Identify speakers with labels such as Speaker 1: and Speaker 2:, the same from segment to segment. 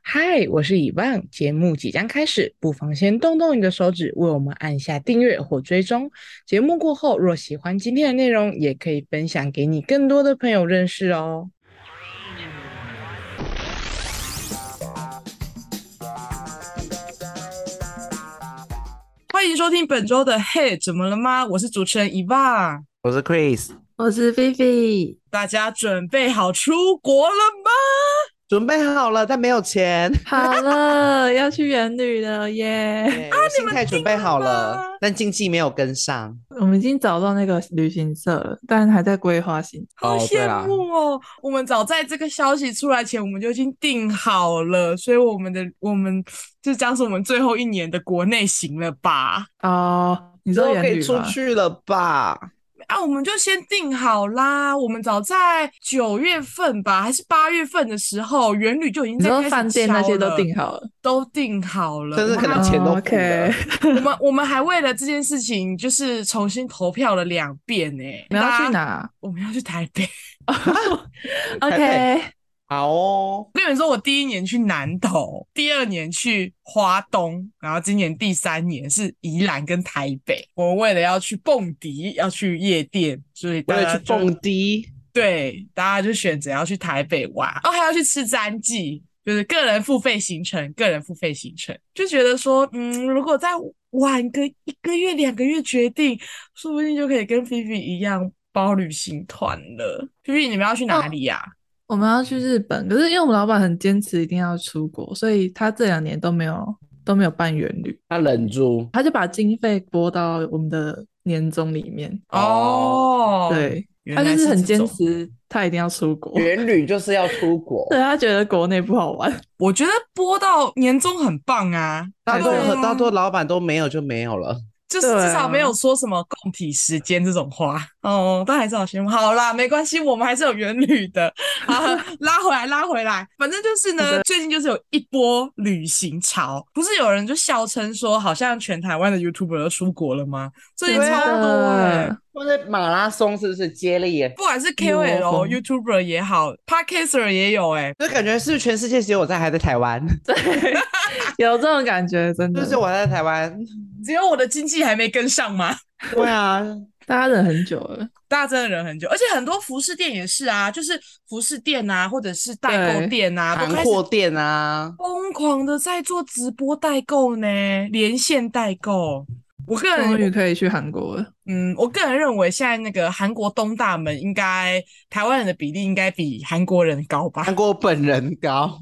Speaker 1: 嗨，我是以望。节目即将开始，不妨先动动你的手指，为我们按下订阅或追踪。节目过后，若喜欢今天的内容，也可以分享给你更多的朋友认识哦。
Speaker 2: 欢迎收听本周的《嘿，怎么了吗？》我是主持人伊爸，
Speaker 3: 我是 Chris，
Speaker 4: 我是菲菲，
Speaker 2: 大家准备好出国了吗？
Speaker 3: 准备好了，但没有钱。
Speaker 4: 好了，要去远旅了耶！
Speaker 3: 对我心态准备好
Speaker 2: 听了吗
Speaker 3: 了，但经济没有跟上。
Speaker 4: 我们已经找到那个旅行社了，但还在规划行
Speaker 2: 好
Speaker 3: 哦对
Speaker 2: 羡
Speaker 3: 啦
Speaker 2: 慕哦！我们早在这个消息出来前，我们就已经定好了，所以我们的我们这将是我们最后一年的国内行了吧？
Speaker 4: 程哦。你
Speaker 3: 你
Speaker 4: 说
Speaker 3: 可
Speaker 4: 远
Speaker 3: 以
Speaker 4: 旅
Speaker 3: 出
Speaker 4: 吗？
Speaker 3: 去了吧？
Speaker 2: 啊，我们就先定好啦。我们早在九月份吧，还是八月份的时候，元旅就已经
Speaker 4: 你
Speaker 2: 在
Speaker 4: 说
Speaker 2: 开始
Speaker 4: 饭店那些
Speaker 2: 敲
Speaker 4: 都
Speaker 2: 了
Speaker 4: 订好了，
Speaker 2: 都定好了，
Speaker 3: 但是
Speaker 2: 我
Speaker 3: 可
Speaker 2: 们
Speaker 3: 能钱都付
Speaker 4: 哦 OK
Speaker 3: 了。
Speaker 2: 我们我们还为了这件事情，就是重新投票了两遍呢、
Speaker 4: 你要去
Speaker 2: 大家？
Speaker 4: 哪
Speaker 2: 我们要去台北。
Speaker 4: ？OK，
Speaker 3: 好哦，
Speaker 2: 我跟你们说，我第一年去南投，第二年去花东，然后今年第三年是宜兰跟台北。我们为了要去蹦迪，要去夜店，所以
Speaker 3: 我
Speaker 2: 大
Speaker 3: 也
Speaker 2: 家
Speaker 3: 去
Speaker 2: 就
Speaker 3: 蹦迪，
Speaker 2: 对，大家就选择要去台北玩，哦，还要去吃詹记，就是个人付费行程，个人付费行程，就觉得说，嗯，如果再晚个一个月、两个月决定，说不定就可以跟菲菲一样包旅行团了。菲菲，你们要去哪里呀、
Speaker 4: 我们要去日本，可是因为我们老板很坚持一定要出国，所以他这两年都没有都没有办远旅，
Speaker 3: 他忍住。
Speaker 4: 他就把经费拨到我们的年终里面。
Speaker 2: 哦，，
Speaker 4: 对，
Speaker 2: 原
Speaker 4: 他就
Speaker 2: 来
Speaker 4: 是很
Speaker 2: 这
Speaker 4: 坚
Speaker 2: 种。
Speaker 4: 持，他一定要出国。
Speaker 3: 远旅就是要出 国，
Speaker 4: 对他觉得国内不好玩，
Speaker 2: 我觉得播到年终很棒啊，
Speaker 3: 大多
Speaker 4: 对
Speaker 3: 和
Speaker 4: 啊
Speaker 3: 大多老板都没有就没有了。
Speaker 2: 就是
Speaker 4: 对啊
Speaker 2: 至少没有说什么共体时间这种话哦，但还是好羡慕。好啦，没关系，我们还是有元旅的。好， 拉回来，拉回来，反正就是呢，最近就是有一波旅行潮，不是有人就笑称说，好像全台湾的 YouTuber 都出国了吗？最 近
Speaker 3: 对啊
Speaker 2: 超多哎、
Speaker 4: 真的
Speaker 3: 或者马拉松是不是接力耶？
Speaker 2: 不管是
Speaker 4: 有哦
Speaker 2: KOL、YouTuber 也好，Podcaster 也有哎、
Speaker 3: 就感觉是全世界只有我在还在台湾，
Speaker 4: 对， 有这种感觉，真的
Speaker 3: 就是我在台湾。
Speaker 2: 只有我的经济还没跟上吗？
Speaker 3: 对 啊，
Speaker 4: 大家忍很久了，
Speaker 2: 大家真的忍很久，而且很多服饰店也是啊，就是服饰店啊，或者是代购
Speaker 4: 对
Speaker 2: 店啊，都
Speaker 3: 韩
Speaker 2: 开始
Speaker 3: 货店啊，
Speaker 2: 疯狂的在做直播代购呢，连线代购。我个
Speaker 4: 终于
Speaker 2: 人，
Speaker 4: 可以去韩 国了。
Speaker 2: 嗯，我个人认为现在那个韩国东大门应该台湾人的比例应该比韩国人高吧
Speaker 3: 韩。国本人高，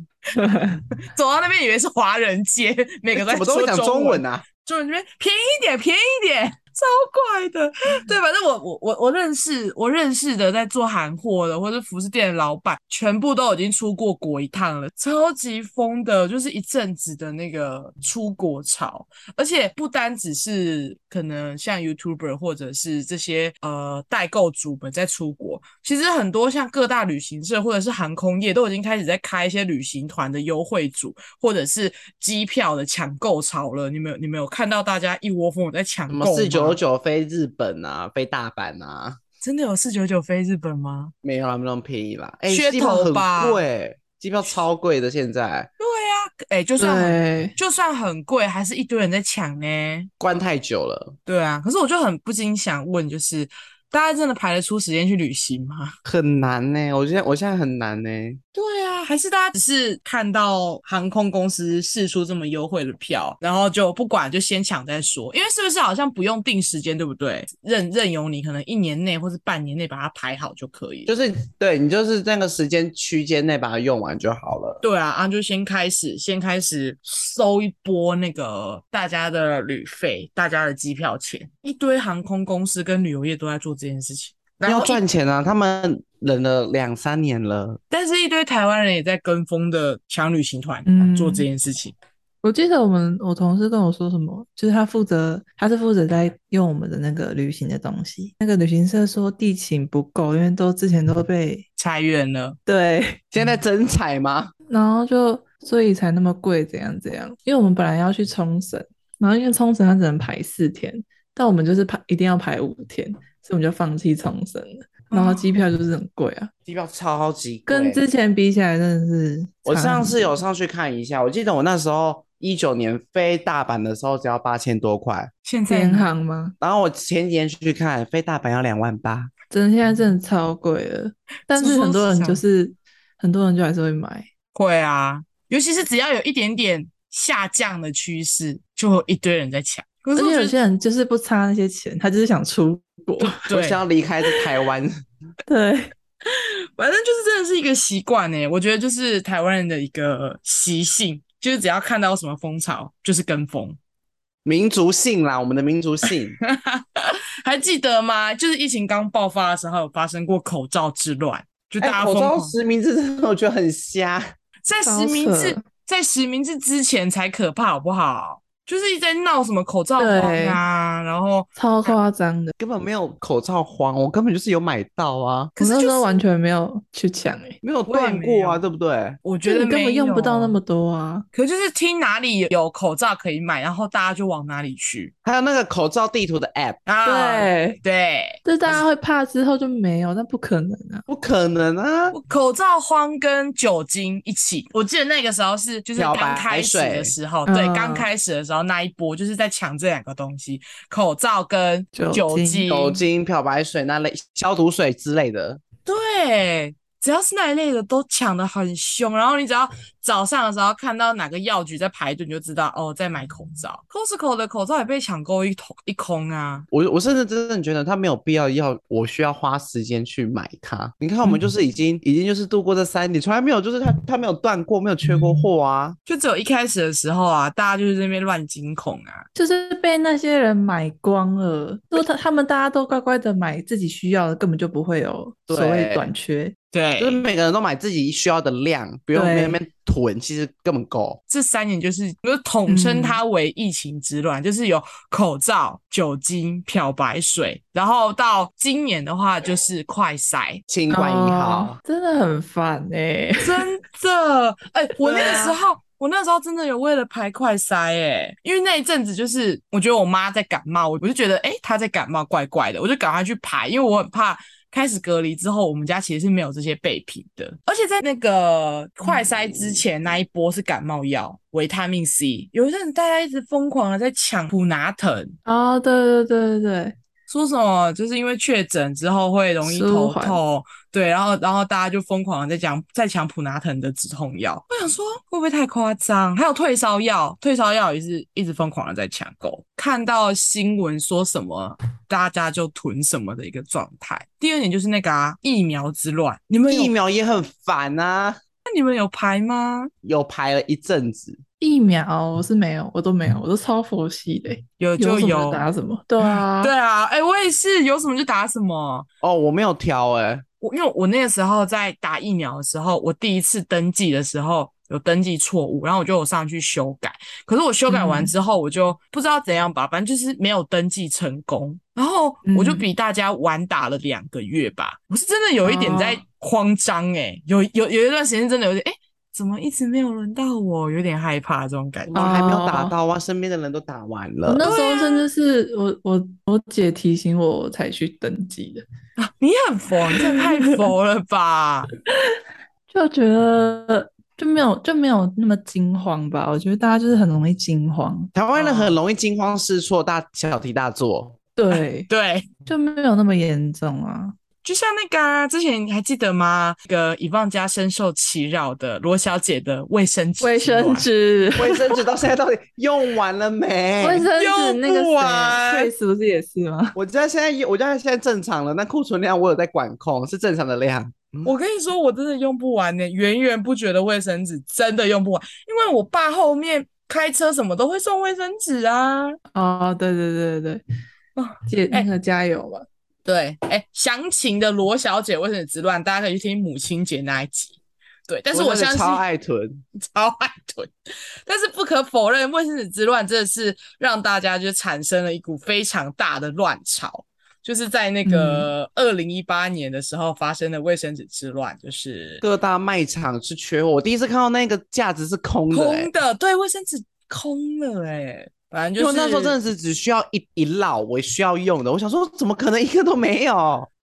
Speaker 2: 走到那边以为是华人街，每个
Speaker 3: 哎
Speaker 2: 都在
Speaker 3: 怎么
Speaker 2: 说
Speaker 3: 都会讲中
Speaker 2: 文
Speaker 3: 文啊？
Speaker 2: 中文这边便宜一点，便宜一点，超怪的。 对，反正我我我我认识我认识的在做韩货的或者服饰店的老板，全部都已经出过国一趟了，超级疯的，就是一阵子的那个出国潮。而且不单只是可能像 YouTuber 或者是这些呃代购主们在出国，其实很多像各大旅行社或者是航空业都已经开始在开一些旅行团的优惠组，或者是机票的抢购潮了。你们有你们有看到大家一窝蜂地在抢
Speaker 3: 什么
Speaker 2: 购
Speaker 3: 四九
Speaker 2: 吗？
Speaker 3: 九飞日本啊，飞大阪啊，
Speaker 2: 真的有四九九飞日本吗？
Speaker 3: 没有他们那么便宜吧？哎、
Speaker 2: 噱
Speaker 3: 机票
Speaker 2: 头
Speaker 3: 很
Speaker 2: 吧
Speaker 3: 贵，机票超贵的，现在
Speaker 2: 对啊，哎、就算很
Speaker 4: 对，
Speaker 2: 就算很贵，还是一堆人在抢呢。
Speaker 3: 关太久了，
Speaker 2: 对啊，可是我就很不禁想问，就是大家真的排得出时间去旅行吗？
Speaker 3: 很难呢、我现在我现在很难呢、
Speaker 2: 对啊，还是大家只是看到航空公司试出这么优惠的票，然后就不管就先抢再说，因为是不是好像不用定时间，对不对？任任由你可能一年内或是半年内把它排好就可以。
Speaker 3: 就是是对你就是那个时间区间内把它用完就好了。
Speaker 2: 对啊，啊就先开始，先开始搜一波那个大家的旅费、大家的机票钱，一堆航空公司跟旅游业都在做这件事情。然
Speaker 3: 要
Speaker 2: 后一
Speaker 3: 赚钱啊，他们忍了两三年了，
Speaker 2: 但是一堆台湾人也在跟风的抢旅行团、
Speaker 4: 嗯
Speaker 2: 做这件事情。
Speaker 4: 我记得我们我同事跟我说什么，就是他负责，他是负责在用我们的那个旅行的东西。那个旅行社说地勤不够，因为都之前都被
Speaker 2: 裁员了，
Speaker 4: 对，
Speaker 3: 现在真彩吗？
Speaker 4: 然后就所以才那么贵，怎样怎样。因为我们本来要去冲绳，然后因为冲绳它只能排四天，但我们就是排一定要排五天，所以我们就放弃冲绳了。然后机票就是很贵啊，
Speaker 3: 机票超级贵。
Speaker 4: 跟之前比起来真的是
Speaker 3: 我
Speaker 4: 差很
Speaker 3: 上次有
Speaker 4: 多
Speaker 3: 上去看一下，我记得我那时候一九年飞大阪的时候只要八千多块，
Speaker 2: 现在
Speaker 4: 联
Speaker 2: 呢
Speaker 4: 航吗？
Speaker 3: 然后我前几天去看飞大阪要两万八，
Speaker 4: 真的现在真的超贵了，但
Speaker 2: 直
Speaker 4: 是
Speaker 2: 播
Speaker 4: 很多
Speaker 2: 市
Speaker 4: 人
Speaker 2: 场
Speaker 4: 就是很多人就还是会买，
Speaker 2: 会啊，尤其是只要有一点点下降的趋势，就会有一堆人在抢。可
Speaker 4: 而
Speaker 2: 是我
Speaker 4: 且有
Speaker 2: 觉
Speaker 4: 些
Speaker 2: 得
Speaker 4: 人就是不差那些钱，他就是想出国。
Speaker 3: 我
Speaker 2: 对，
Speaker 3: 想要离开这台湾。
Speaker 4: 对，
Speaker 2: 反正就是真的是一个习惯欸呢。我觉得就是台湾人的一个习性，就是只要看到什么风潮，就是跟风。
Speaker 3: 民族性啦，我们的民族性，
Speaker 2: 还记得吗？就是疫情刚爆发的时候，有发生过口罩之乱，就大
Speaker 3: 哎，
Speaker 2: 家
Speaker 3: 口
Speaker 2: 疯
Speaker 3: 罩
Speaker 2: 狂、
Speaker 3: 实名制真的我觉得很瞎。
Speaker 2: 在
Speaker 4: 超
Speaker 2: 实名制
Speaker 4: 扯，
Speaker 2: 在实名制之前才可怕，好不好？就是一直在闹什么口罩荒
Speaker 4: 对
Speaker 2: 啊，然后
Speaker 4: 超夸张的。
Speaker 3: 根本没有口罩荒，我根本就是有买到啊，
Speaker 2: 可
Speaker 4: 我
Speaker 2: 是
Speaker 4: 那
Speaker 2: 就
Speaker 4: 时候
Speaker 2: 是
Speaker 4: 完全没有去抢诶、
Speaker 3: 没有
Speaker 2: 也
Speaker 3: 断
Speaker 2: 没
Speaker 3: 过啊，
Speaker 2: 有
Speaker 3: 对不对？
Speaker 2: 我
Speaker 4: 就
Speaker 2: 觉得
Speaker 4: 你根本
Speaker 2: 没
Speaker 4: 用不到那
Speaker 2: 有
Speaker 4: 么多啊。
Speaker 2: 可就是听哪里有口罩可以买，然后大家就往哪里去
Speaker 3: 还有那个口罩地图的 app，
Speaker 2: 啊。
Speaker 4: 对，
Speaker 2: 对，
Speaker 4: 就是大家会怕之后就没有，那不可能啊。
Speaker 3: 不可能啊！
Speaker 2: 口罩荒跟酒精一起，我记得那个时候是就是
Speaker 3: 漂
Speaker 2: 刚
Speaker 3: 白
Speaker 2: 开始
Speaker 3: 水
Speaker 2: 的时候，对，
Speaker 4: 嗯
Speaker 2: 刚开始的时候那一波就是在抢这两个东西，口罩跟
Speaker 4: 酒
Speaker 2: 酒
Speaker 4: 精
Speaker 2: 精。
Speaker 3: 酒精、漂白水那类、消毒水之类的，
Speaker 2: 对，只要是那一类的都抢得很凶，然后你只要早上的时候看到哪个药局在排队，你就知道哦在买口罩。Costco 的口罩也被抢购一空一空啊。
Speaker 3: 我我甚至真正觉得它没有必要要我需要花时间去买它。你看，我
Speaker 2: 嗯
Speaker 3: 们就是已经、已经就是度过这三年，从来没有就是它它没有断过，没有缺过货啊。
Speaker 2: 就只有一开始的时候啊，大家就是在那边乱惊恐啊，
Speaker 4: 就是被那些人买光了，说他他们大家都乖乖的买自己需要的，根本就不会有所谓
Speaker 3: 对
Speaker 4: 短缺。
Speaker 2: 对
Speaker 3: 就是每个人都买自己需要的量，不用
Speaker 4: 对
Speaker 3: 在那边囤，其实根本够。
Speaker 2: 这三年就是我就统称
Speaker 4: 嗯
Speaker 2: 它为疫情之乱，就是有口罩、酒精、漂白水，然后到今年的话就是快筛，
Speaker 3: 清冠一号
Speaker 4: 哦，真的很烦哎、
Speaker 2: 真的，哎、我那
Speaker 4: 对
Speaker 2: 个
Speaker 4: 啊
Speaker 2: 时候。我那时候真的有为了排快筛哎、因为那一阵子就是我觉得我妈在感冒，我我就觉得哎、她在感冒怪怪的，我就赶快去排，因为我很怕开始隔离之后，我们家其实是没有这些备品的。而且在那个快筛之前那一波是感冒药、维他命 C，有一阵子大家一直疯狂的在抢普拿疼，
Speaker 4: 哦，对对对对对，
Speaker 2: 说什么就是因为确诊之后会容易
Speaker 4: 舒
Speaker 2: 头
Speaker 4: 缓
Speaker 2: 痛，对，然后然后大家就疯狂的在讲在抢普拿疼的止痛药。我想说会不会太夸张？还有退烧药，退烧药也是一直疯狂的在抢购，看到新闻说什么大家就囤什么的一个状态。第二点就是那个、啊、疫苗之乱，你们有
Speaker 3: 疫苗也很烦啊，
Speaker 2: 那你们有排吗？
Speaker 3: 有排了一阵子，
Speaker 4: 疫苗我是没有，我都没有，我都超佛系的欸、
Speaker 2: 有
Speaker 4: 有
Speaker 2: 就
Speaker 4: 什么
Speaker 2: 有，
Speaker 4: 就打什么。对啊，
Speaker 2: 对啊，哎、我也是有什么就打什么。
Speaker 3: 哦，我没有挑哎、
Speaker 2: 我因为我那个时候在打疫苗的时候，我第一次登记的时候有登记错误，然后我就有上去修改。可是我修改完
Speaker 4: 嗯
Speaker 2: 之后，我就不知道怎样吧，反正就是没有登记成功。然后我就
Speaker 4: 嗯
Speaker 2: 比大家晚打了两个月吧。我是真的有一点在
Speaker 4: 哦
Speaker 2: 慌张诶、有有有一段时间真的有点诶、怎么一直没有轮到我？有点害怕这种感觉。
Speaker 3: 我还没有打
Speaker 4: 哦
Speaker 3: 到啊，身边的人都打完
Speaker 4: 我
Speaker 3: 了。
Speaker 4: 那时候甚至是我我我姐提醒我，我才去登记的，
Speaker 2: 你很佛，你真的太佛了吧？
Speaker 4: 就觉得就没有就没有那么惊慌吧。我觉得大家就是很容易惊慌，
Speaker 3: 台湾人很容易惊慌失措，大小题大做。
Speaker 4: 对，
Speaker 2: 对。
Speaker 4: 就没有那么严重啊。
Speaker 2: 就像那个、啊、之前你还记得吗？那个以旺家深受其扰的罗小姐的卫生纸，
Speaker 4: 卫生，纸，
Speaker 3: 卫生纸到现在到底用完了没？
Speaker 4: 卫生纸
Speaker 2: 用
Speaker 4: 那个
Speaker 2: 不完
Speaker 4: 谁，Chris 不是也是吗？
Speaker 3: 我家现在，我家现在正常了，那库存量我有在管控，是正常的量。
Speaker 2: 我跟你说，我真的用不完呢、源源不绝的卫生纸真的用不完，因为我爸后面开车什么都会送卫生纸啊。
Speaker 4: 哦，对对对对对
Speaker 2: 哦，
Speaker 4: 姐
Speaker 2: 哎
Speaker 4: 那个加油吧。
Speaker 2: 对，哎，详情的罗小姐卫生纸之乱，大家可以去听母亲节那一集。对，但是我
Speaker 3: 真
Speaker 2: 相
Speaker 3: 的
Speaker 2: 信
Speaker 3: 超爱囤，
Speaker 2: 超爱囤。但是不可否认，卫生纸之乱真的是让大家就产生了一股非常大的乱潮，就是在那个
Speaker 4: 嗯
Speaker 2: 二零一八年的时候发生的卫生纸之乱，就是
Speaker 3: 各大卖场是缺货。我第一次看到那个架子是空的、欸，
Speaker 2: 空的，对，卫生纸空了、欸，哎，反正
Speaker 3: 因
Speaker 2: 就
Speaker 3: 为
Speaker 2: 是
Speaker 3: 那时候真的是只需要一一摞我需要用的，我想说怎么可能一个都没有？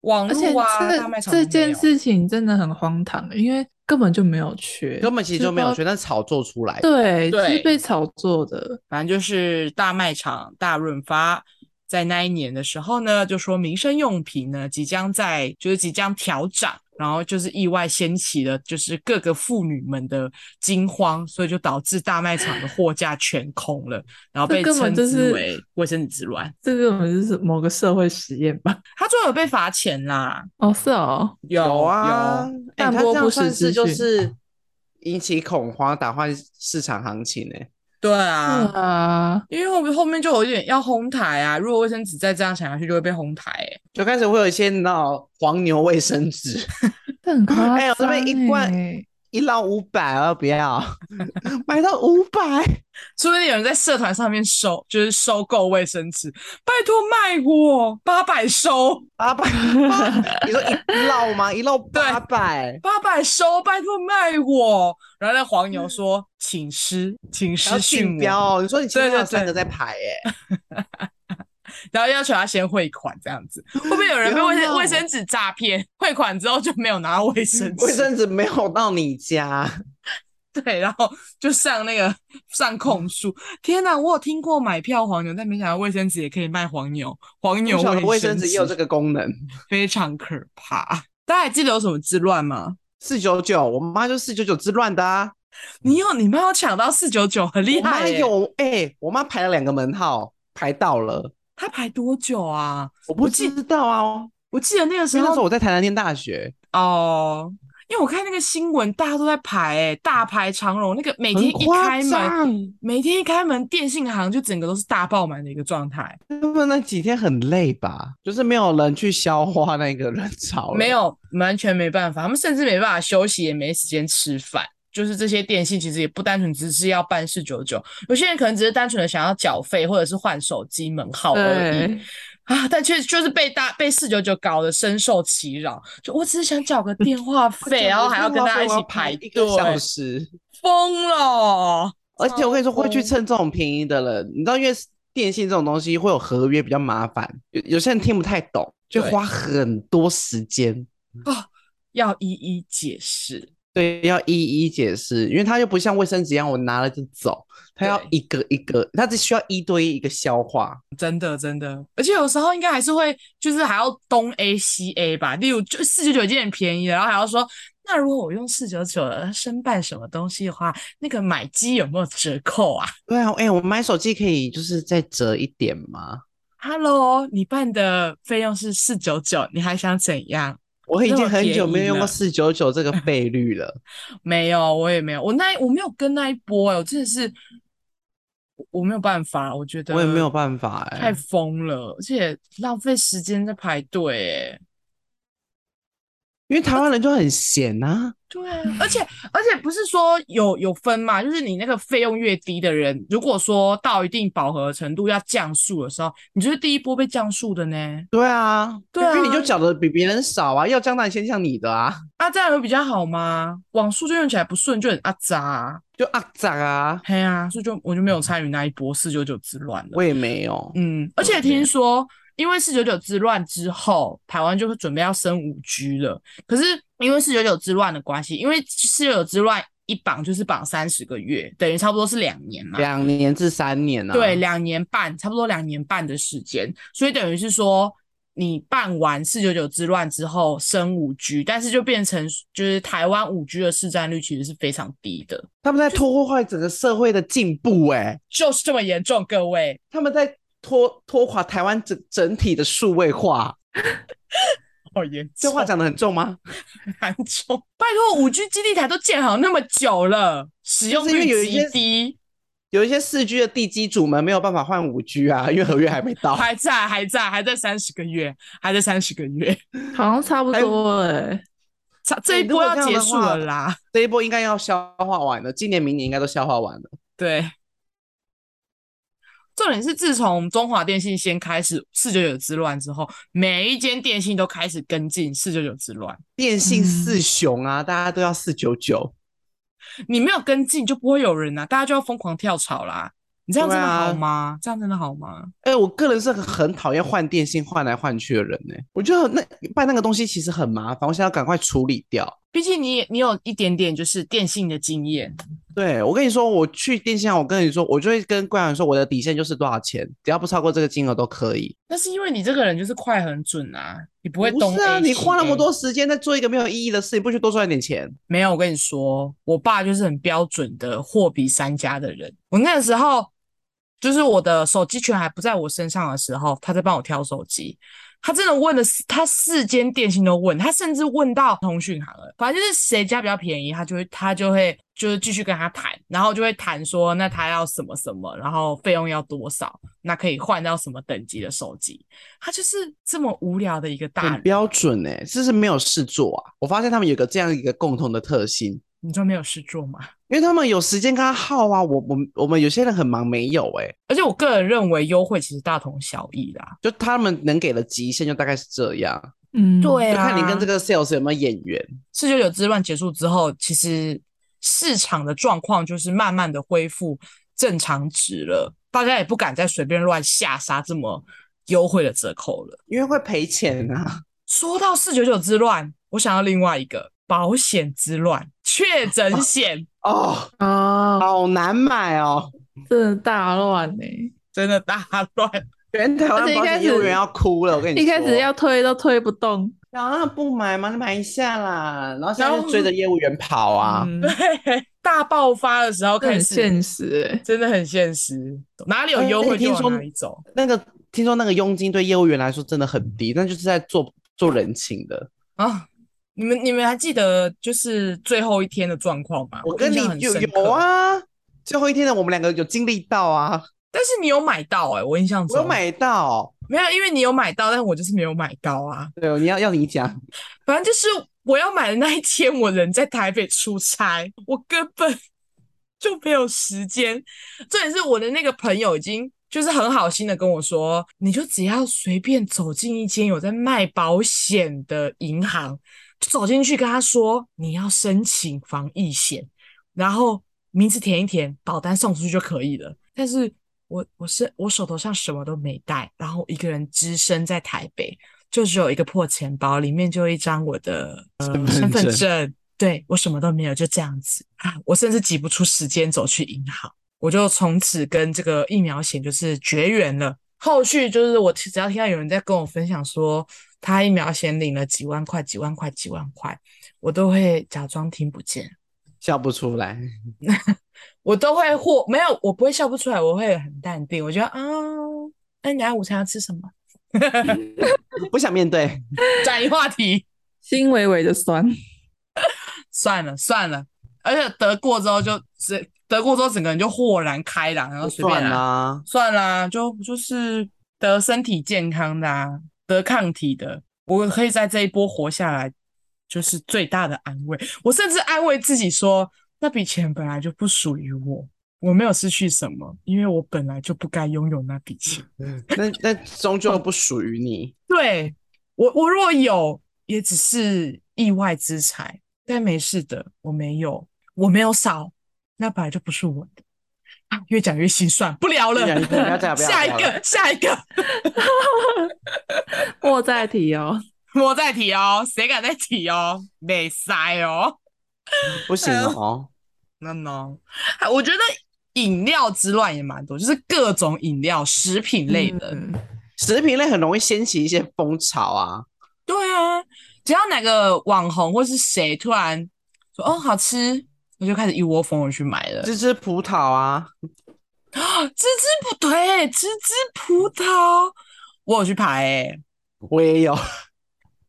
Speaker 2: 网
Speaker 4: 而且
Speaker 2: 络啊，大卖
Speaker 4: 这
Speaker 2: 场
Speaker 4: 这
Speaker 2: 都
Speaker 4: 件
Speaker 2: 没有
Speaker 4: 事情真的很荒唐，欸因为根本就没有 缺，
Speaker 3: 根本其实就没有
Speaker 4: 缺。
Speaker 3: 学，但是炒作出来的。
Speaker 4: 对，
Speaker 2: 对
Speaker 4: 是被炒作的。
Speaker 2: 反正就是大卖场大润发在那一年的时候呢，就说民生用品呢即将在就是即将调涨，然后就是意外掀起了就是各个妇女们的惊慌，所以就导致大卖场的货架全空了，然后
Speaker 4: 这
Speaker 2: 被
Speaker 4: 根本
Speaker 2: 称
Speaker 4: 就
Speaker 2: 之
Speaker 4: 是
Speaker 2: 为卫生纸之乱。
Speaker 4: 这个我们就是某个社会实验吧？
Speaker 2: 他最后有被罚钱啦，
Speaker 4: 哦，是哦，
Speaker 2: 有
Speaker 3: 有啊，哎
Speaker 4: 散
Speaker 3: 他
Speaker 4: 播
Speaker 3: 这样
Speaker 4: 不实
Speaker 3: 算是
Speaker 4: 资
Speaker 3: 就
Speaker 4: 讯
Speaker 3: 是引起恐慌，打坏市场行情欸呢、
Speaker 2: 对啊，
Speaker 4: 啊，
Speaker 2: 因为后面后面就有一点要哄抬啊，如果卫生纸再这样想下去，就会被哄抬、欸。
Speaker 3: 就开始会有一些闹黄牛卫生纸，
Speaker 4: 这很夸张、欸。
Speaker 3: 哎呦这边一罐一捞五百啊，不要 买到五百，
Speaker 2: 说不定有人在社团上面收，就是收购卫生纸，拜托卖我八百收，
Speaker 3: 八百，八你说一捞吗？一捞八百，
Speaker 2: 八百收，拜托卖我。然后那黄牛说，请师，请
Speaker 3: 然后
Speaker 2: 师
Speaker 3: 竞
Speaker 2: 训
Speaker 3: 标
Speaker 2: 我，
Speaker 3: 哦，你说你前面
Speaker 2: 对对
Speaker 3: 有三
Speaker 2: 对
Speaker 3: 个在排、哎，
Speaker 2: 然后要求他先汇款这样 子。会不会有人被
Speaker 3: 不要
Speaker 2: 卫
Speaker 3: 闹
Speaker 2: 生卫生纸诈骗？汇款之后就没有拿到卫生纸，
Speaker 3: 卫生纸没有到你家，
Speaker 2: 对，然后就上那个上控诉。天哪，我有听过买票黄牛，但没想到卫生纸也可以卖黄牛，黄牛
Speaker 3: 不晓得卫
Speaker 2: 生
Speaker 3: 生纸也有这个功能。
Speaker 2: 非常可怕。大家还记得有什么之乱吗？
Speaker 3: 四九九，我妈就四九九之乱的啊，
Speaker 2: 你有你妈要抢到四九九，很厉
Speaker 3: 我妈
Speaker 2: 害、欸。
Speaker 3: 有哎、我妈排了两个门号，排到了，
Speaker 2: 她排多久啊？
Speaker 3: 我不知道啊，
Speaker 2: 我记得那个时
Speaker 3: 因为那时候
Speaker 2: 候
Speaker 3: 我在台南念大学，
Speaker 2: 哦，因为我看那个新闻，大家都在排、欸，大排长龙。那个每天
Speaker 3: 很
Speaker 2: 一
Speaker 3: 夸
Speaker 2: 开门，
Speaker 3: 张，
Speaker 2: 每天一开门，电信行就整个都是大爆满的一个状态。
Speaker 3: 他们那几天很累吧，就是没有人去消化那个人潮，
Speaker 2: 没，有，完全没办法，他们甚至没办法休息，也没时间吃饭。就是这些电信其实也不单纯只是要办四九九，有些人可能只是单纯的想要缴费或者是换手机门号而已。
Speaker 4: 对，
Speaker 2: 啊，但却就是被大被四九九搞得深受其扰。就我只是想缴个电 话费，然后还要跟大家一起排
Speaker 3: 一
Speaker 2: 队，
Speaker 3: 个小时，
Speaker 2: 疯了！
Speaker 3: 而且我跟你说，会去
Speaker 2: 超
Speaker 3: 蹭这种便宜的人，你知道，因为电信这种东西会有合约，比较麻烦，有有些人听不太懂，就
Speaker 2: 对
Speaker 3: 花很多时间。
Speaker 2: 要一一解释。
Speaker 3: 对，要一一解释，因为它又不像卫生纸一样，我拿了就走，它要
Speaker 2: 对
Speaker 3: 一个一个，它只需要一对一一个消化。
Speaker 2: 真的真的，而且有时候应该还是会，就是还要东 A 西 A 吧。例如，就四九九已经很便宜了，然后还要说，那如果我用四九九申办什么东西的话，那个买机有没有折扣啊
Speaker 3: 对啊，哎、我买手机可以就是再折一点吗？
Speaker 2: ？Hello，你办的费用是四九九，你还想怎样？
Speaker 3: 我已
Speaker 2: 那
Speaker 3: 经
Speaker 2: 么
Speaker 3: 很
Speaker 2: 便
Speaker 3: 久没
Speaker 2: 宜
Speaker 3: 有用过
Speaker 2: 了
Speaker 3: 四九九 这个费率了。
Speaker 2: 没有，我也没有，我那我没有跟那一波哎、我真的是我我没有办法，我觉得
Speaker 3: 我也没有办法哎、
Speaker 2: 太疯了，而且浪费时间在排队哎、
Speaker 3: 因为台湾人就很闲啊。
Speaker 2: 对啊，而且而且不是说有有分嘛，就是你那个费用越低的人，如果说到一定饱和程度要降速的时候，你就是第一波被降速的呢。
Speaker 3: 对啊，
Speaker 2: 对
Speaker 3: 因为你
Speaker 2: 啊
Speaker 3: 就缴的比别人少啊，要降那你先降你的啊，
Speaker 2: 啊，这样有比较好吗？网速就用起来不顺，就很阿杂啊。
Speaker 3: 就啊涨啊，
Speaker 2: 嘿啊，所以就我就没有参与那一波四九九之乱了。
Speaker 3: 我也没有。
Speaker 2: 嗯，而
Speaker 3: 哦对
Speaker 2: 且听说，因为四九九之乱之后，台湾就是准备要升五 G 了。可是因为四九九之乱的关系，因为四九九之乱一绑就是绑三十个月，等于差不多是两年嘛。
Speaker 3: 两年至三年啊，
Speaker 2: 对，两年半，差不多两年半的时间，所以等于是说，你办完四九九之乱之后升五 G，但是就变成就是台湾五 G 的市占率其实是非常低的，
Speaker 3: 他们在拖坏整个社会的进步、欸，
Speaker 2: 就是这么严重，各位。
Speaker 3: 他们在拖拖垮台湾整整体的数位化。
Speaker 2: 好严
Speaker 3: 这
Speaker 2: 重，
Speaker 3: 话讲的很重吗？
Speaker 2: 韩中，拜托，五 G 基地台都建好那么久了，使用
Speaker 3: 就是因为有
Speaker 2: 率
Speaker 3: 一些
Speaker 2: 极低，
Speaker 3: 有一些四 G 的地基主们没有办法换五 G 啊，因为合约还没到。
Speaker 2: 还在，还在，还在三十个月，还在三十个月，
Speaker 4: 好像差不多哎、
Speaker 2: 差这一
Speaker 3: 如
Speaker 2: 波
Speaker 3: 果
Speaker 2: 要
Speaker 3: 这样
Speaker 2: 结
Speaker 3: 的
Speaker 2: 束
Speaker 3: 话
Speaker 2: 了啦。
Speaker 3: 这一波应该要消化完了，今年明年应该都消化完了。
Speaker 2: 对，重点是自从中华电信先开始四九九之乱之后，每一间电信都开始跟进四九九之乱。
Speaker 3: 电信
Speaker 4: 嗯
Speaker 3: 四雄啊，大家都要四九九。
Speaker 2: 你没有跟进，就不会有人啊，大家就要疯狂跳槽啦。你这样真的好
Speaker 3: 对啊
Speaker 2: 吗？这样真的好吗？
Speaker 3: 哎、我个人是个很讨厌换电信换来换去的人呢、我觉得那办那个东西其实很麻烦，我想要赶快处理掉。
Speaker 2: 毕竟你也你有一点点就是电信的经验，
Speaker 3: 对我跟你说，我去电信行，我跟你说，我就会跟柜员说，我的底线就是多少钱，只要不超过这个金额都可以。
Speaker 2: 那是因为你这个人就是快很准啊，你不会
Speaker 3: 不
Speaker 2: 东
Speaker 3: 是啊，
Speaker 2: A
Speaker 3: 你
Speaker 2: 西
Speaker 3: 花那么
Speaker 2: A
Speaker 3: 多时间在做一个没有意义的事，你不去多赚一点钱？
Speaker 2: 没有，我跟你说，我爸就是很标准的货比三家的人。我那个时候，就是我的手机权还不在我身上的时候，他在帮我挑手机。他真的问了四，他四间电信都问，他甚至问到通讯行了。反正就是谁家比较便宜，他就会他就会就是继续跟他谈，然后就会谈说那他要什么什么，然后费用要多少，那可以换到什么等级的手机。他就是这么无聊的一个大
Speaker 3: 很
Speaker 2: 人，
Speaker 3: 标准哎、欸，这是没有事做啊。我发现他们有个这样一个共同的特性，
Speaker 2: 你就没有事做吗？
Speaker 3: 因为他们有时间跟他耗啊。我我们我们有些人很忙，没有哎、
Speaker 2: 而且我个人认为优惠其实大同小异啦。
Speaker 3: 就他们能给的极限就大概是这样，
Speaker 4: 嗯，
Speaker 2: 对
Speaker 3: 就
Speaker 2: 啊，
Speaker 3: 看你跟这个 sales 有没有眼缘。
Speaker 2: 四九九之乱结束之后，其实市场的状况就是慢慢的恢复正常值了，大家也不敢再随便乱下杀这么优惠的折扣了。
Speaker 3: 因为会赔钱啊！
Speaker 2: 说到四九九之乱，我想要另外一个保险之乱，确诊险。
Speaker 3: 哦，
Speaker 4: 啊，
Speaker 3: 好难买哦，
Speaker 4: 真的大乱欸呢、
Speaker 2: 真的大乱，
Speaker 3: 全台湾
Speaker 4: 而且一
Speaker 3: 保
Speaker 4: 开
Speaker 3: 险
Speaker 4: 始
Speaker 3: 业务员要哭了。我跟你说，
Speaker 4: 一开始要推都推不动
Speaker 3: 想让不买嘛，你买一下啦，然后现在
Speaker 2: 然后
Speaker 3: 就追着业务员跑啊。
Speaker 4: 嗯
Speaker 2: 对，大爆发的时候
Speaker 4: 这
Speaker 2: 开
Speaker 4: 很
Speaker 2: 始，
Speaker 4: 现实、欸，
Speaker 2: 真的很现实，哪里有优惠就往哪里走。
Speaker 3: 那个听说那个佣金对业务员来说真的很低，但就是在做做人情的。
Speaker 2: 啊，你们你们还记得就是最后一天的状况吗？
Speaker 3: 我跟你
Speaker 2: 印象很
Speaker 3: 有
Speaker 2: 深
Speaker 3: 有
Speaker 2: 刻，
Speaker 3: 啊，最后一天的我们两个有经历到啊，
Speaker 2: 但是你有买到哎、我印象
Speaker 3: 我
Speaker 2: 中
Speaker 3: 有买到。
Speaker 2: 没有，因为你有买到，但我就是没有买到啊。
Speaker 3: 对，你要要你讲，
Speaker 2: 反正就是我要买的那一天，我人在台北出差，我根本 就没有时间。重点是我的那个朋友已经就是很好心的跟我说，你就只要随便走进一间有在卖保险的银行，就走进去跟他说你要申请防疫险，然后名字填一填，保单送出去就可以了。但是我我是我手头上什么都没带，然后一个人只身在台北，就只有一个破钱包，里面就有一张我的、呃、
Speaker 3: 身份
Speaker 2: 身份
Speaker 3: 证
Speaker 2: 证，对我什么都没有，就这样子啊，我甚至挤不出时间走去银行，我就从此跟这个疫苗险就是绝缘了。后续就是我只要听到有人在跟我分享说他疫苗险领了几万块、几万块、几万块，我都会假装听不见，
Speaker 3: 笑不出 来。
Speaker 2: 我都会或没有，我不会笑不出来，我会很淡定，我觉得啊，那、你等下午餐要吃什么？
Speaker 3: 不想面对。
Speaker 2: 转移话题。
Speaker 4: 心微微的酸。
Speaker 2: 算了算了，而且得过之后就整得过之后整个人就豁然开朗，然后随便啊
Speaker 3: 算
Speaker 2: 啦、
Speaker 3: 啦，
Speaker 2: 算啦，就就是得身体健康的、啊，得抗体的，我可以在这一波活下来，就是最大的安慰。我甚至安慰自己说，那笔钱本来就不属于我，我没有失去什么，因为我本来就不该拥有那笔钱。
Speaker 3: 那那终究不属于你。
Speaker 2: 对我，我若有，也只是意外之财，但没事的，我没有，我没有少，那本来就不是我的。 啊，越讲越心酸，不聊了，
Speaker 3: 越讲越不要再不要
Speaker 2: 下一
Speaker 3: 聊
Speaker 2: 个，下一个，
Speaker 4: 莫再提哦，
Speaker 2: 我再提哦，谁敢再提哦？ 没塞哦
Speaker 3: 不行哦，
Speaker 2: ，no no，啊我觉得饮料之乱也蛮多，就是各种饮料、食品类的，
Speaker 4: 嗯
Speaker 3: 食品类很容易掀起一些风潮啊。
Speaker 2: 对啊，只要哪个网红或是谁突然说哦好吃，我就开始一窝蜂的去买了。啊
Speaker 3: 芝芝葡萄啊，
Speaker 2: 芝芝葡对，芝芝葡萄，我有去排诶、
Speaker 3: 我也有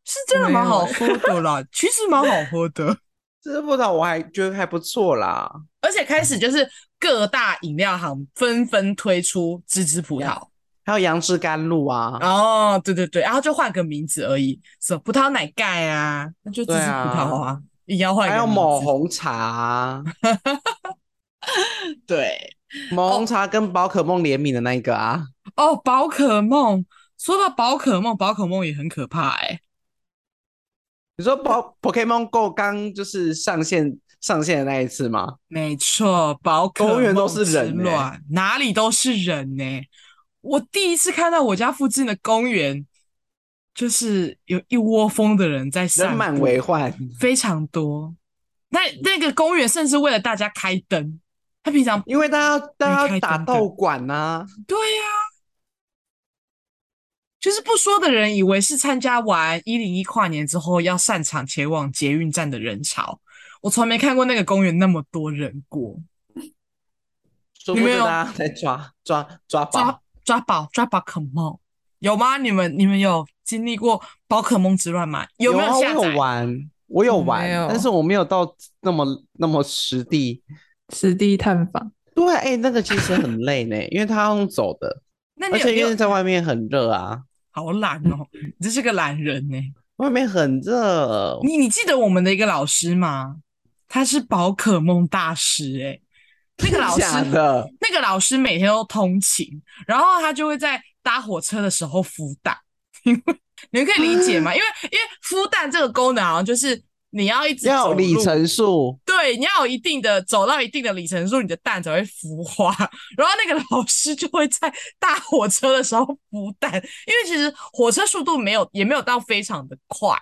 Speaker 2: 是真的蛮好喝的啦，
Speaker 4: 欸
Speaker 2: 其实蛮好喝的。
Speaker 3: 芝芝葡萄，我还觉得还不错啦。
Speaker 2: 而且开始就是各大饮料行纷纷推出芝芝葡萄，
Speaker 3: 还有杨枝甘露啊，
Speaker 2: 哦，对对对，然后就换个名字而已，什么葡萄奶盖啊，那就芝芝葡萄啊，也要换一
Speaker 3: 还
Speaker 2: 个
Speaker 3: 有
Speaker 2: 名字
Speaker 3: 某红茶、啊，
Speaker 2: 对
Speaker 3: 某红茶跟宝可梦联名的那一个啊，
Speaker 2: 哦，宝可梦。说到宝可梦，宝可梦也很可怕诶、欸
Speaker 3: 你说宝 Pokemon Go 刚就是上线上线的那一次吗？
Speaker 2: 没错，宝可
Speaker 3: 公园都
Speaker 2: 梦
Speaker 3: 是
Speaker 2: 之
Speaker 3: 人欸呢
Speaker 2: 乱哪里都是人呢、我第一次看到我家附近的公园，就是有一窝蜂的人在散
Speaker 3: 人满
Speaker 2: 步
Speaker 3: 为患，
Speaker 2: 非常多。那那个公园甚至为了大家开灯，他平常
Speaker 3: 因为大家大
Speaker 2: 没
Speaker 3: 家
Speaker 2: 开
Speaker 3: 要打
Speaker 2: 灯的
Speaker 3: 道馆呐、
Speaker 2: 对呀、就是不说的人以为是参加完一零一跨年之后要散场前往捷运站的人潮，我从来没看过那个公园那么多人过。
Speaker 3: 说不
Speaker 2: 你没
Speaker 3: 定
Speaker 2: 有
Speaker 3: 大家在抓抓
Speaker 2: 抓
Speaker 3: 抓宝。
Speaker 2: 抓宝抓宝可梦有吗？你们你们有经历过宝可梦之乱吗？有没
Speaker 3: 啊
Speaker 2: 下
Speaker 3: 我
Speaker 2: 载嗯
Speaker 3: 有？玩，我有
Speaker 4: 我没
Speaker 3: 玩，
Speaker 4: 有
Speaker 3: 但是我没有到那么那么实地。
Speaker 4: 实地探访，
Speaker 3: 对，哎、那个其实很累呢，因为他要用走的，
Speaker 2: 那
Speaker 3: 而
Speaker 2: 你有
Speaker 3: 且
Speaker 2: 你
Speaker 3: 因
Speaker 2: 有
Speaker 3: 为在外面很热啊，
Speaker 2: 好懒哦，你真是个懒人呢、欸
Speaker 3: 外面很热。
Speaker 2: 你你记得我们的一个老师吗？他是宝可梦大师哎、那个老师
Speaker 3: 假的，
Speaker 2: 那个老师每天都通勤，然后他就会在搭火车的时候孵蛋， 因为你们可以理解吗？因为因为孵蛋这个功能好像就是你要一直
Speaker 3: 要
Speaker 2: 走
Speaker 3: 有里
Speaker 2: 路
Speaker 3: 程数，
Speaker 2: 对，你要有一定的走到一定的里程数，你的蛋才会孵化。然后那个老师就会在大火车的时候孵蛋，因为其实火车速度没有也没有到非常的快。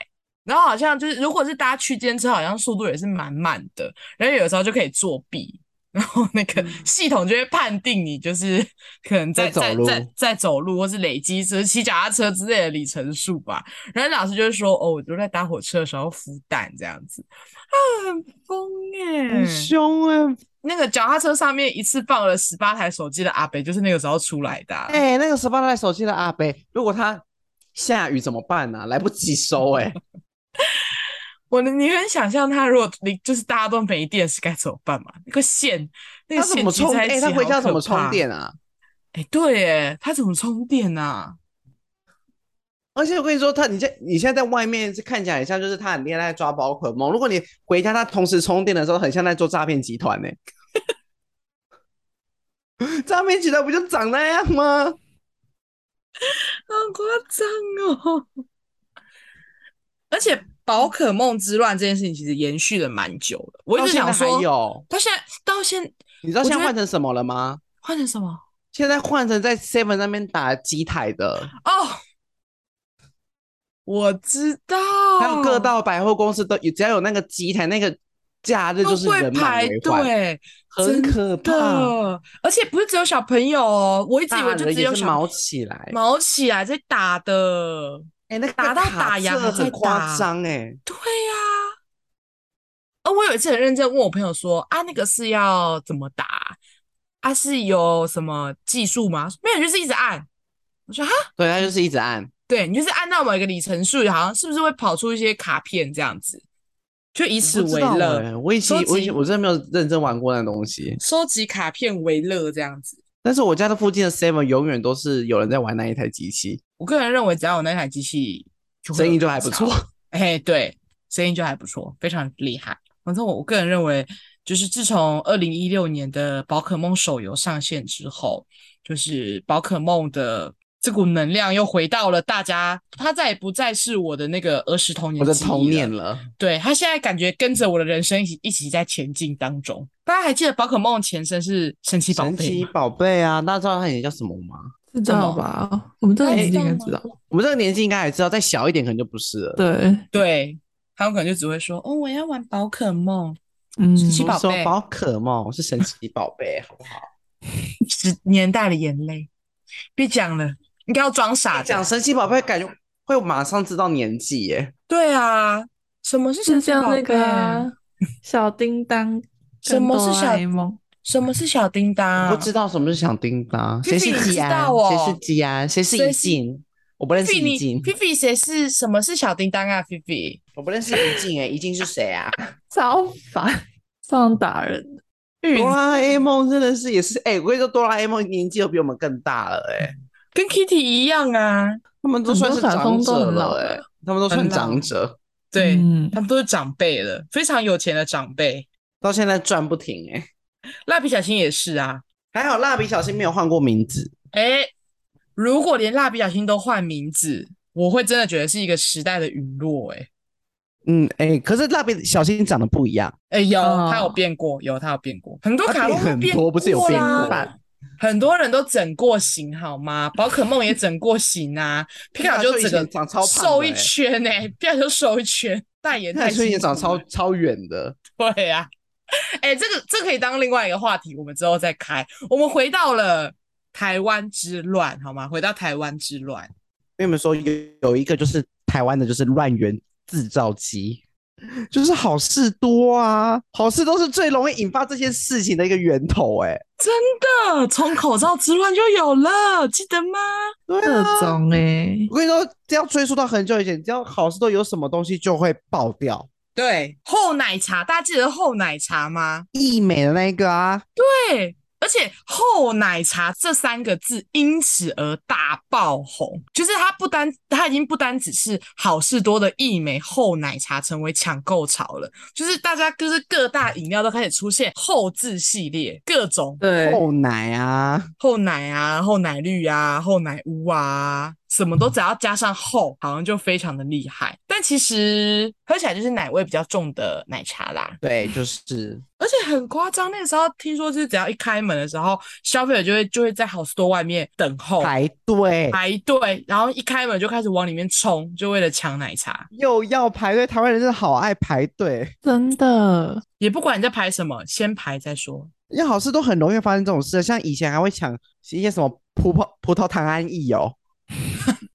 Speaker 2: 然后好像就是，如果是搭区间车，好像速度也是蛮慢的。然后有时候就可以作弊，然后那个系统就会判定你就是可能在
Speaker 3: 嗯在走
Speaker 2: 在
Speaker 3: 路
Speaker 2: 在在走路，或是累积只是骑脚踏车之类的里程数吧。然后老师就会说：“哦，我就在搭火车的时候孵蛋这样子。”他很疯耶、
Speaker 3: 很凶哎、
Speaker 2: 那个脚踏车上面一次放了十八台手机的阿北，就是那个时候出来的啊、
Speaker 3: 哎、那个十八台手机的阿贝，如果他下雨怎么办呢、啊？来不及收哎、
Speaker 2: 我能你很想象他如果你就是大家都没电是该怎么办嘛？那个线， 那个
Speaker 3: 他怎
Speaker 2: 线
Speaker 3: 么
Speaker 2: 集
Speaker 3: 充？
Speaker 2: 在
Speaker 3: 哎、
Speaker 2: 一起
Speaker 3: 他回
Speaker 2: 好
Speaker 3: 家怎
Speaker 2: 可
Speaker 3: 么充
Speaker 2: 怕？
Speaker 3: 电啊？
Speaker 2: 哎、对，哎，他怎么充电啊？
Speaker 3: 而且我跟你说，他你现你现在在外面是看起来很像，就是他很恋爱抓宝可梦。如果你回家，他同时充电的时候，很像在做诈骗集 团呢、诈骗集团不就长那样吗？
Speaker 2: 好夸张哦！而且宝可梦之乱这件事情其实延续了蛮久的，我一
Speaker 3: 到
Speaker 2: 直
Speaker 3: 现在
Speaker 2: 想
Speaker 3: 还
Speaker 2: 说，
Speaker 3: 有，
Speaker 2: 到现在到现
Speaker 3: 你知道
Speaker 2: 我
Speaker 3: 现
Speaker 2: 觉
Speaker 3: 在
Speaker 2: 得
Speaker 3: 换成什么了吗？
Speaker 2: 换成什么？
Speaker 3: 现在换成在 Seven 那边打机台的，
Speaker 2: 哦，我知道，
Speaker 3: 还有各道百货公司都只要有那个机台，那个假日
Speaker 2: 都
Speaker 3: 就是
Speaker 2: 哦会
Speaker 3: 人满
Speaker 2: 排
Speaker 3: 为患，啊
Speaker 2: 队，
Speaker 3: 很可
Speaker 2: 真
Speaker 3: 怕。
Speaker 2: 的，而且不是只有小朋友哦，我一直以
Speaker 3: 大
Speaker 2: 为就
Speaker 3: 人
Speaker 2: 只
Speaker 3: 也
Speaker 2: 有
Speaker 3: 是
Speaker 2: 小
Speaker 3: 毛起来，
Speaker 2: 毛起来在打的，
Speaker 3: 哎、那个
Speaker 2: 打到
Speaker 3: 卡
Speaker 2: 打烊
Speaker 3: 车
Speaker 2: 还在
Speaker 3: 很夸
Speaker 2: 打
Speaker 3: 张哎。
Speaker 2: 对呀、啊，我有一次很认真问我朋友说啊，那个是要怎么打？啊，是有什么技术吗？没有，就是一直按。我说哈，
Speaker 3: 对，他就是一直按。
Speaker 2: 对你就是按到某一个里程数，好像是不是会跑出一些卡片这样子？就以此
Speaker 3: 不知
Speaker 2: 为
Speaker 3: 道
Speaker 2: 乐，
Speaker 3: 欸我以前
Speaker 2: 收
Speaker 3: 我以
Speaker 2: 集
Speaker 3: 前我真的没有认真玩过那东西，
Speaker 2: 收集卡片为乐这样子。
Speaker 3: 但是我家的附近的 Seven 永远都是有人在玩那一台机器，
Speaker 2: 我个人认为，只要有那台机器，就会
Speaker 3: 生意
Speaker 2: 有
Speaker 3: 就
Speaker 2: 人
Speaker 3: 还不
Speaker 2: 找
Speaker 3: 错。
Speaker 2: 哎，对，声音就还不错，非常厉害。反正我我个人认为，就是自从二零一六年的宝可梦手游上线之后，就是宝可梦的这股能量又回到了大家，它再也不再是我的那个儿时童年
Speaker 3: 我的
Speaker 2: 记忆
Speaker 3: 童
Speaker 2: 了
Speaker 3: 年了，
Speaker 2: 对，他现在感觉跟着我的人生一起一起在前进当中。大家还记得宝可梦前身是神奇宝
Speaker 3: 神
Speaker 2: 贝
Speaker 3: 奇
Speaker 2: 吗？
Speaker 3: 宝贝啊！大家知道它以前叫什么吗？
Speaker 4: 知
Speaker 2: 怎么
Speaker 4: 道吧？哦我们这个
Speaker 2: 大家
Speaker 4: 年纪
Speaker 2: 知
Speaker 4: 应
Speaker 2: 道
Speaker 4: 该
Speaker 2: 吗
Speaker 4: 知道。
Speaker 3: 我们这个年纪应该还知道，再小一点可能就不是了。
Speaker 4: 对，
Speaker 2: 对，他们可能就只会说：“哦，我要玩宝可梦。”
Speaker 4: 嗯，
Speaker 2: 神奇宝
Speaker 3: 我说
Speaker 2: 贝
Speaker 3: 宝可梦是神奇宝 贝，好不好？
Speaker 2: 十年代的眼泪，别讲了，应该要装傻的
Speaker 3: 哎讲神奇宝贝，感觉会马上知道年纪耶。
Speaker 2: 对啊，什么是神
Speaker 4: 是
Speaker 2: 奇
Speaker 4: 像
Speaker 2: 宝
Speaker 4: 那
Speaker 2: 贝
Speaker 4: 个？啊小叮当，
Speaker 2: 什么是小
Speaker 4: 梦？
Speaker 2: 什么是小叮当？
Speaker 3: 不知道什么是小叮当，啊谁是
Speaker 2: Fifi，你
Speaker 3: 吉
Speaker 2: 知
Speaker 3: 安
Speaker 2: 道？
Speaker 3: 谁
Speaker 2: 哦
Speaker 3: 是吉安？谁是
Speaker 2: 谁
Speaker 3: 怡
Speaker 2: 是
Speaker 3: 静？我不认识
Speaker 2: 菲
Speaker 3: 怡
Speaker 2: 菲
Speaker 3: 静，
Speaker 2: 菲菲谁是什么是小叮当啊？菲菲
Speaker 3: 我不认识怡静哎，怡静是谁 啊？
Speaker 4: 超烦，上打 人。
Speaker 2: 玉
Speaker 3: 哆啦 A 梦真的是也是，哎、我跟你说，哆啦 A 梦年纪都比我们更大了、哎，
Speaker 2: 跟 Kitty 一样啊，
Speaker 3: 他们都算是长
Speaker 4: 很多卡通都
Speaker 3: 者
Speaker 4: 很老
Speaker 3: 了、
Speaker 4: 了
Speaker 3: 哎，他们都算
Speaker 2: 很老
Speaker 3: 长者，
Speaker 2: 对、
Speaker 4: 嗯
Speaker 2: 他们都是长辈了，非常有钱的长辈。
Speaker 3: 到现在转不停、哎，
Speaker 2: 蜡笔小新也是啊，
Speaker 3: 还好蜡笔小新没有换过名字，
Speaker 2: 哎，如果连蜡笔小新都换名字，我会真的觉得是一个时代的陨落、诶
Speaker 3: 嗯，哎、可是蜡笔小新长得不一样，
Speaker 2: 哎、有
Speaker 4: 哦
Speaker 2: 他有变过，有他有变过，很多
Speaker 3: 它
Speaker 2: 卡
Speaker 3: 嗯变
Speaker 2: 通都
Speaker 3: 很多不是有变
Speaker 2: 啦
Speaker 3: 过吧
Speaker 2: 很多人都整过型好 吗？宝可梦也整过型啊，皮卡丘
Speaker 3: 皮
Speaker 2: 整
Speaker 3: 卡丘以
Speaker 2: 个
Speaker 3: 前长超胖的
Speaker 2: 瘦一
Speaker 3: 欸
Speaker 2: 圈呢、皮卡丘瘦一圈，代言
Speaker 3: 那
Speaker 2: 太
Speaker 3: 春也
Speaker 2: 辛
Speaker 3: 长
Speaker 2: 苦
Speaker 3: 超
Speaker 2: 了
Speaker 3: 超远的。
Speaker 2: 对啊，哎、这个这可以当另外一个话题，我们之后再开。我们回到了台湾之乱，好吗？回到台湾之乱，
Speaker 3: 跟你们说，有有一个就是台湾的，就是乱源制造机，就是好事多啊，好事都是最容易引发这些事情的一个源头、欸，哎，
Speaker 2: 真的从口罩之乱就有了，记得吗？
Speaker 3: 对
Speaker 4: 各
Speaker 3: 啊，
Speaker 4: 种哎，
Speaker 3: 我跟你说，这样追溯到很久以前，只要好事多有什么东西就会爆掉，
Speaker 2: 对，厚奶茶，大家记得厚奶茶吗？
Speaker 3: 益美的那一个啊，
Speaker 2: 对，而且“厚奶茶”这三个字因此而大爆红，就是它不单，它已经不单只是好事多的一枚厚奶茶成为抢购潮了，就是大家就是各大饮料都开始出现“厚”字系列，各种
Speaker 4: 对，
Speaker 3: 厚奶啊，
Speaker 2: 厚奶啊、厚奶绿啊、厚奶屋啊，什么
Speaker 3: 嗯
Speaker 2: 都只要加上“厚”，好像就非常的厉害。但其实喝起来就是奶味比较重的奶茶啦。
Speaker 3: 对，就是
Speaker 2: 而且很夸张，那个时候听说是只要一开门的时候，消费者就会就会在好事多外面等候
Speaker 3: 排队。
Speaker 2: 哦排队，然后一开门就开始往里面冲，就为了抢奶茶，
Speaker 3: 又要排队，台湾人真的好爱排队，
Speaker 4: 真的，
Speaker 2: 也不管你在排什么，先排再说。
Speaker 3: 因为好事都很容易发生这种事，像以前还会抢一些什么葡萄葡萄糖安逸哦，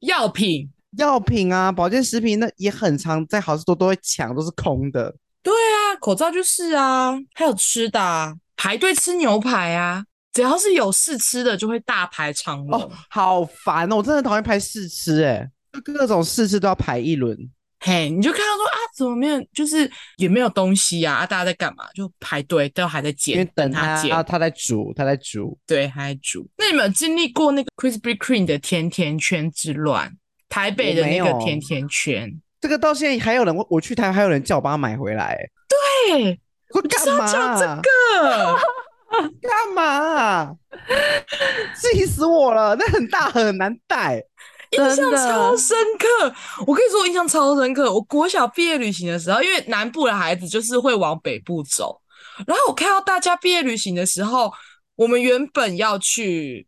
Speaker 2: 药品，
Speaker 3: 药品啊、保健食品那也很常在好事多都会抢，都是空的。
Speaker 2: 对啊，口罩就是啊，还有吃的啊，排队吃牛排啊，只要是有试吃的就会大排长龙。
Speaker 3: 哦，好烦哦！我真的讨厌排试吃、欸，就各种试吃都要排一轮。
Speaker 2: 嘿，你就看到说啊，怎么没有，就是也没有东西啊，啊大家在干嘛？就排队，都还在
Speaker 3: 因为
Speaker 2: 煎，
Speaker 3: 等
Speaker 2: 他
Speaker 3: 他
Speaker 2: 煎。
Speaker 3: 他在煮，他在煮。
Speaker 2: 对，还煮。那你们有经历过那个 Krispy Kreme 的甜甜圈之乱？台北的
Speaker 3: 我
Speaker 2: 那
Speaker 3: 没
Speaker 2: 个
Speaker 3: 有
Speaker 2: 甜甜 圈，
Speaker 3: 这个到现在还有人，我去台湾还有人叫我帮他买回来、欸。
Speaker 2: 对，
Speaker 3: 我说干嘛、
Speaker 2: 叫这
Speaker 3: 个
Speaker 2: 呃，
Speaker 3: 干嘛啊、气死我了！那很大很难带，
Speaker 2: 印象
Speaker 4: 真的
Speaker 2: 超深刻。我跟你说，我印象超深刻。我国小毕业旅行的时候，因为南部的孩子就是会往北部走，然后我看到大家毕业旅行的时候，我们原本要去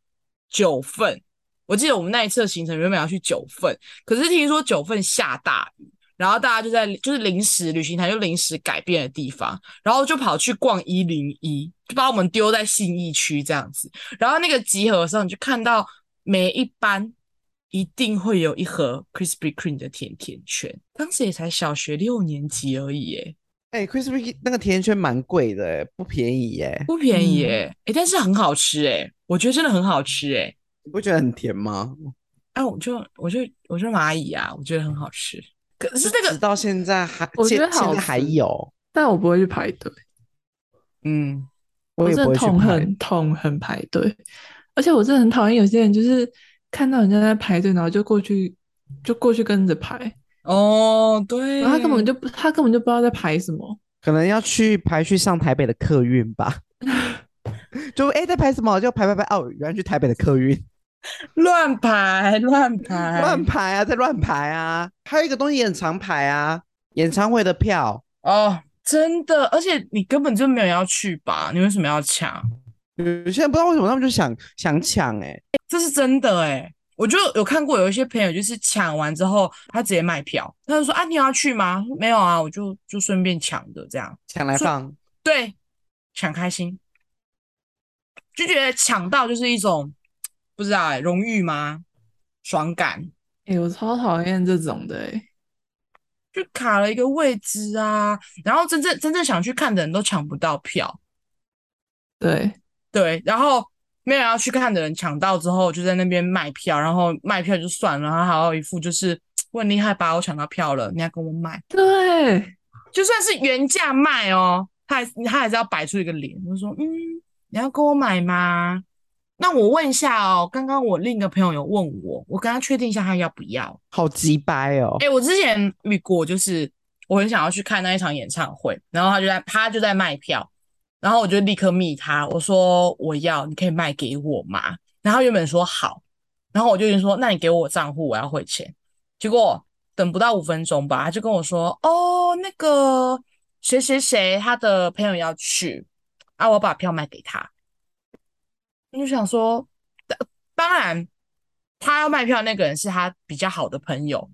Speaker 2: 九份，我记得我们那一次的行程原本要去九份，可是听说九份下大雨，然后大家就在就是临时旅行团就临时改变的地方，然后就跑去逛一零一，就把我们丢在信义区这样子。然后那个集合的时候，你就看到每一班一定会有一盒 Krispy Kreme 的甜甜圈，当时也才小学六年级而已，诶，
Speaker 3: 哎、c h r i s p y 那个甜甜圈蛮贵的、欸，不便宜耶、
Speaker 2: 不便宜诶，诶，但是很好吃诶，我觉得真的很好吃诶。
Speaker 3: 你不觉得很甜吗？
Speaker 2: 啊，我就我就我就蚂蚁啊，我觉得很好吃。可是那
Speaker 3: 直
Speaker 2: 个，
Speaker 3: 到现在还，
Speaker 4: 我觉
Speaker 3: 现
Speaker 4: 得好
Speaker 3: 现在还
Speaker 4: 吃
Speaker 3: 有，
Speaker 4: 但我不会去排队，
Speaker 2: 嗯，
Speaker 3: 我也
Speaker 4: 真
Speaker 3: 不
Speaker 4: 的
Speaker 3: 会去
Speaker 4: 痛
Speaker 3: 排。
Speaker 4: 恨痛恨排队，而且我真的很讨厌有些人就是看到人家在排队，然后就过去就过去跟着排，
Speaker 2: 哦，对，
Speaker 4: 然后他根本就不他根本就不知道在排什么。
Speaker 3: 可能要去排去上台北的客运吧。 就哎、在排什么？就排排排哦，原来去台北的 客运，
Speaker 2: 乱排乱排
Speaker 3: 乱排啊，在乱排啊。还有一个东西也很常排啊，演唱会的票，
Speaker 2: 哦，真的，而且你根本就没有要去吧？你为什么要抢？
Speaker 3: 有些人不知道为什么他们就想想抢哎、
Speaker 2: 这是真的哎、我就有看过有一些朋友就是抢完之后，他直接卖票，他就说啊，你有要去吗？我说没有啊，我就就顺便抢的这样，
Speaker 3: 抢来
Speaker 2: 所以
Speaker 3: 放。
Speaker 2: 对，抢开心，就觉得抢到就是一种不知道哎、荣誉吗？爽感，
Speaker 4: 哎、我超讨厌这种的哎、
Speaker 2: 就卡了一个位置啊，然后真正真正想去看的人都抢不到票，
Speaker 4: 对，
Speaker 2: 对，然后没有要去看的人抢到之后，就在那边卖票，然后卖票就算了，然后还有一副就是我很厉害吧，我抢到票了，你要跟我买，
Speaker 4: 对，
Speaker 2: 就算是原价卖哦，他还他还是要摆出一个脸，就说嗯，你要跟我买吗？那我问一下哦，刚刚我另一个朋友有问我，我跟他确定一下他要不要。
Speaker 3: 好鸡掰哦！
Speaker 2: 哎、我之前遇过，就是我很想要去看那一场演唱会，然后他就在他就在卖票，然后我就立刻密他，我说我要，你可以卖给我吗？然后他原本说好，然后我就已经说那你给我账户，我要汇钱。结果等不到五分钟吧，他就跟我说：“哦，那个谁谁谁他的朋友要去啊，我把票卖给他。”我就想说，当当然，他要卖票那个人是他比较好的朋友，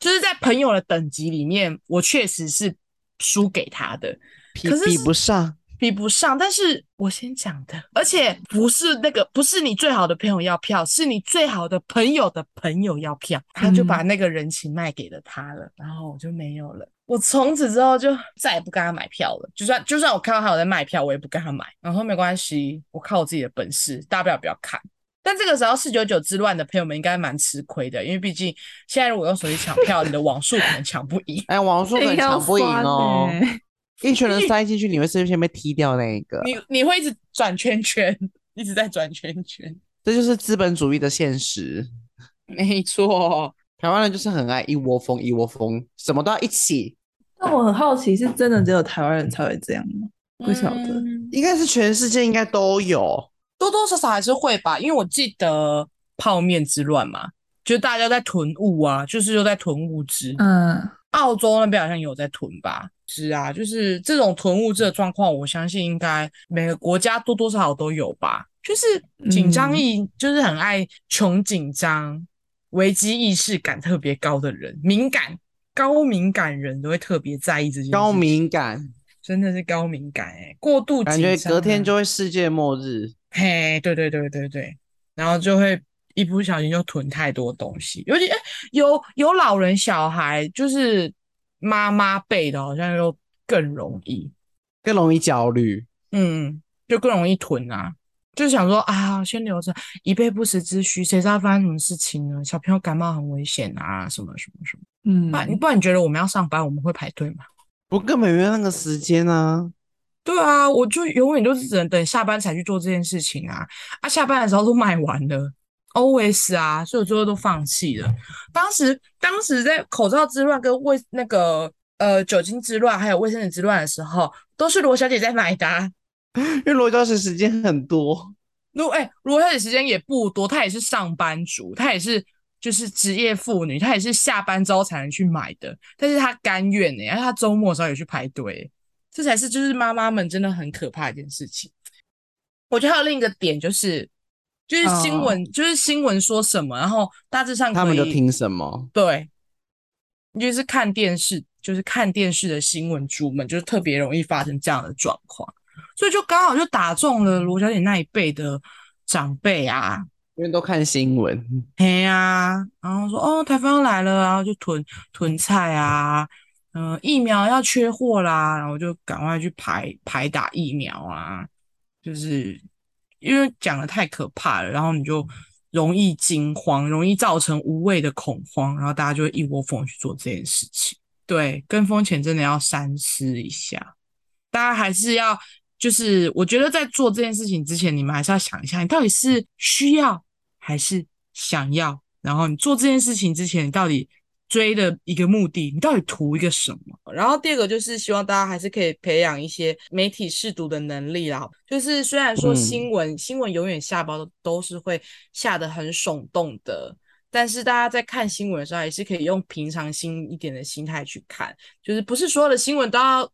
Speaker 2: 就是在朋友的等级里面，我确实是输给他的。
Speaker 3: 比
Speaker 2: 可是
Speaker 3: 比
Speaker 2: 是
Speaker 3: 不上，
Speaker 2: 比不上，但是我先讲的，而且不是那个，不是你最好的朋友要票，是你最好的朋友的朋友要票，他就把那个人情卖给了他了，然后我就没有了。我从此之后就再也不跟他买票了，就算就算我看到他有在卖票，我也不跟他买。然后没关系，我靠我自己的本事，大不了不要看。但这个时候四九九之乱的朋友们应该蛮吃亏的，因为毕竟现在如果用手机抢票，你的网速可能抢不赢。
Speaker 3: 哎，网速很抢不赢哦， 一群人塞进去，你会是先被踢掉那一个，
Speaker 2: 欸你你会一直转圈圈，一直在转圈圈。
Speaker 3: 这就是资本主义的现实。
Speaker 2: 没错，
Speaker 3: 台湾人就是很爱一窝蜂，一窝蜂，什么都要一起，
Speaker 4: 但我很好奇，是真的只有台湾人才会这样吗？不晓得
Speaker 2: 嗯
Speaker 3: 应该是全世界应该都有。
Speaker 2: 多多少少还是会吧，因为我记得泡面之乱嘛，就大家在囤物啊，就是又在囤物资。
Speaker 4: 嗯，
Speaker 2: 澳洲那边好像有在囤吧？是啊，就是这种囤物资的状况，我相信应该每个国家多多少少都有吧。就是紧
Speaker 3: 嗯
Speaker 2: 张意，就是很爱穷紧张，危机意识感特别高的人，敏感高敏感人都会特别在意这件事情。
Speaker 3: 高敏感，
Speaker 2: 真的是高敏感哎、过度
Speaker 3: 感
Speaker 2: 紧
Speaker 3: 觉
Speaker 2: 张
Speaker 3: 隔
Speaker 2: 啊
Speaker 3: 天就会世界末日。
Speaker 2: 嘿，对对对对对，然后就会一不小心就囤太多东西，尤其哎有有老人、小孩，就是妈妈辈的，好像又更容易，
Speaker 3: 更容易焦虑。
Speaker 2: 嗯，就更容易囤啊。就想说啊，先留着，以备不时之需，谁知道发生什么事情呢？小朋友感冒很危险啊，什么什么什么。
Speaker 4: 嗯
Speaker 2: 不然，啊不然你觉得我们要上班，我们会排队吗？
Speaker 3: 我根本没有那个时间啊！
Speaker 2: 对啊，我就永远都是只能等下班才去做这件事情啊！啊，下班的时候都卖完了，always 啊，所以我最后都放弃了。当时，当时在口罩之乱跟卫那个呃酒精之乱还有卫生纸之乱的时候，都是罗小姐在买啊单、
Speaker 3: 因为罗教授时间很多，
Speaker 2: 如哎，罗小姐时间也不多，她也是上班族，她也是就是职业妇女，她也是下班之后才能去买的，但是她甘愿呢、欸，而且她周末的时候也去排队欸、这才是就是妈妈们真的很可怕的一件事情。我觉得还有另一个点就是，就是新
Speaker 4: 哦
Speaker 2: 闻就是新闻说什么，然后大致上
Speaker 3: 嗯他们
Speaker 2: 可
Speaker 3: 就
Speaker 2: 以
Speaker 3: 听什么？
Speaker 2: 对，就是看电视，就是看电视的新闻主们，就是特别容易发生这样的状况，所以就刚好就打中了罗小姐那一辈的长辈啊，
Speaker 3: 因为都看新闻。
Speaker 2: 嘿呀、然后说哦，台风要来了，然后就囤囤菜啊，嗯、疫苗要缺货啦，然后就赶快去排排打疫苗啊，就是因为讲的太可怕了，然后你就容易惊慌，容易造成无谓的恐慌，然后大家就会一窝蜂地去做这件事情。对，跟风前真的要三思一下，大家还是要。就是我觉得在做这件事情之前，你们还是要想一下，你到底是需要还是想要？然后你做这件事情之前，你到底追的一个目的，你到底图一个什么？然后第二个就是希望大家还是可以培养一些媒体试读的能力啦。就是虽然说
Speaker 3: 嗯
Speaker 2: 新闻、新闻永远下包都是会下的很耸动的，但是大家在看新闻的时候，还是可以用平常心一点的心态去看，就是不是所有的新闻都要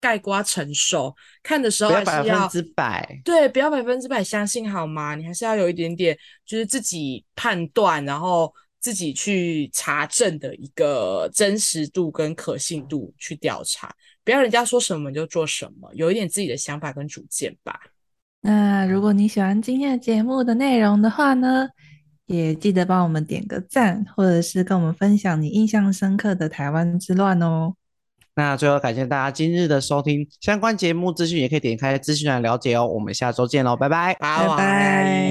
Speaker 2: 盖瓜承受，看的时候
Speaker 3: 不要
Speaker 2: 还
Speaker 3: 百
Speaker 2: 是
Speaker 3: 分
Speaker 2: 要
Speaker 3: 之百。
Speaker 2: 对，不要百分之百相信好吗？你还是要有一点点，就是自己判断，然后自己去查证的一个真实度跟可信度去调查，不要人家说什么你就做什么，有一点自己的想法跟主见吧。
Speaker 4: 那如果你喜欢今天的节目的内容的话呢，也记得帮我们点个赞，或者是跟我们分享你印象深刻的台湾之乱哦。
Speaker 3: 那最后感谢大家今日的收听，相关节目资讯也可以点开资讯栏了解哦。我们下周见喽，拜拜。
Speaker 2: 拜
Speaker 4: 拜拜。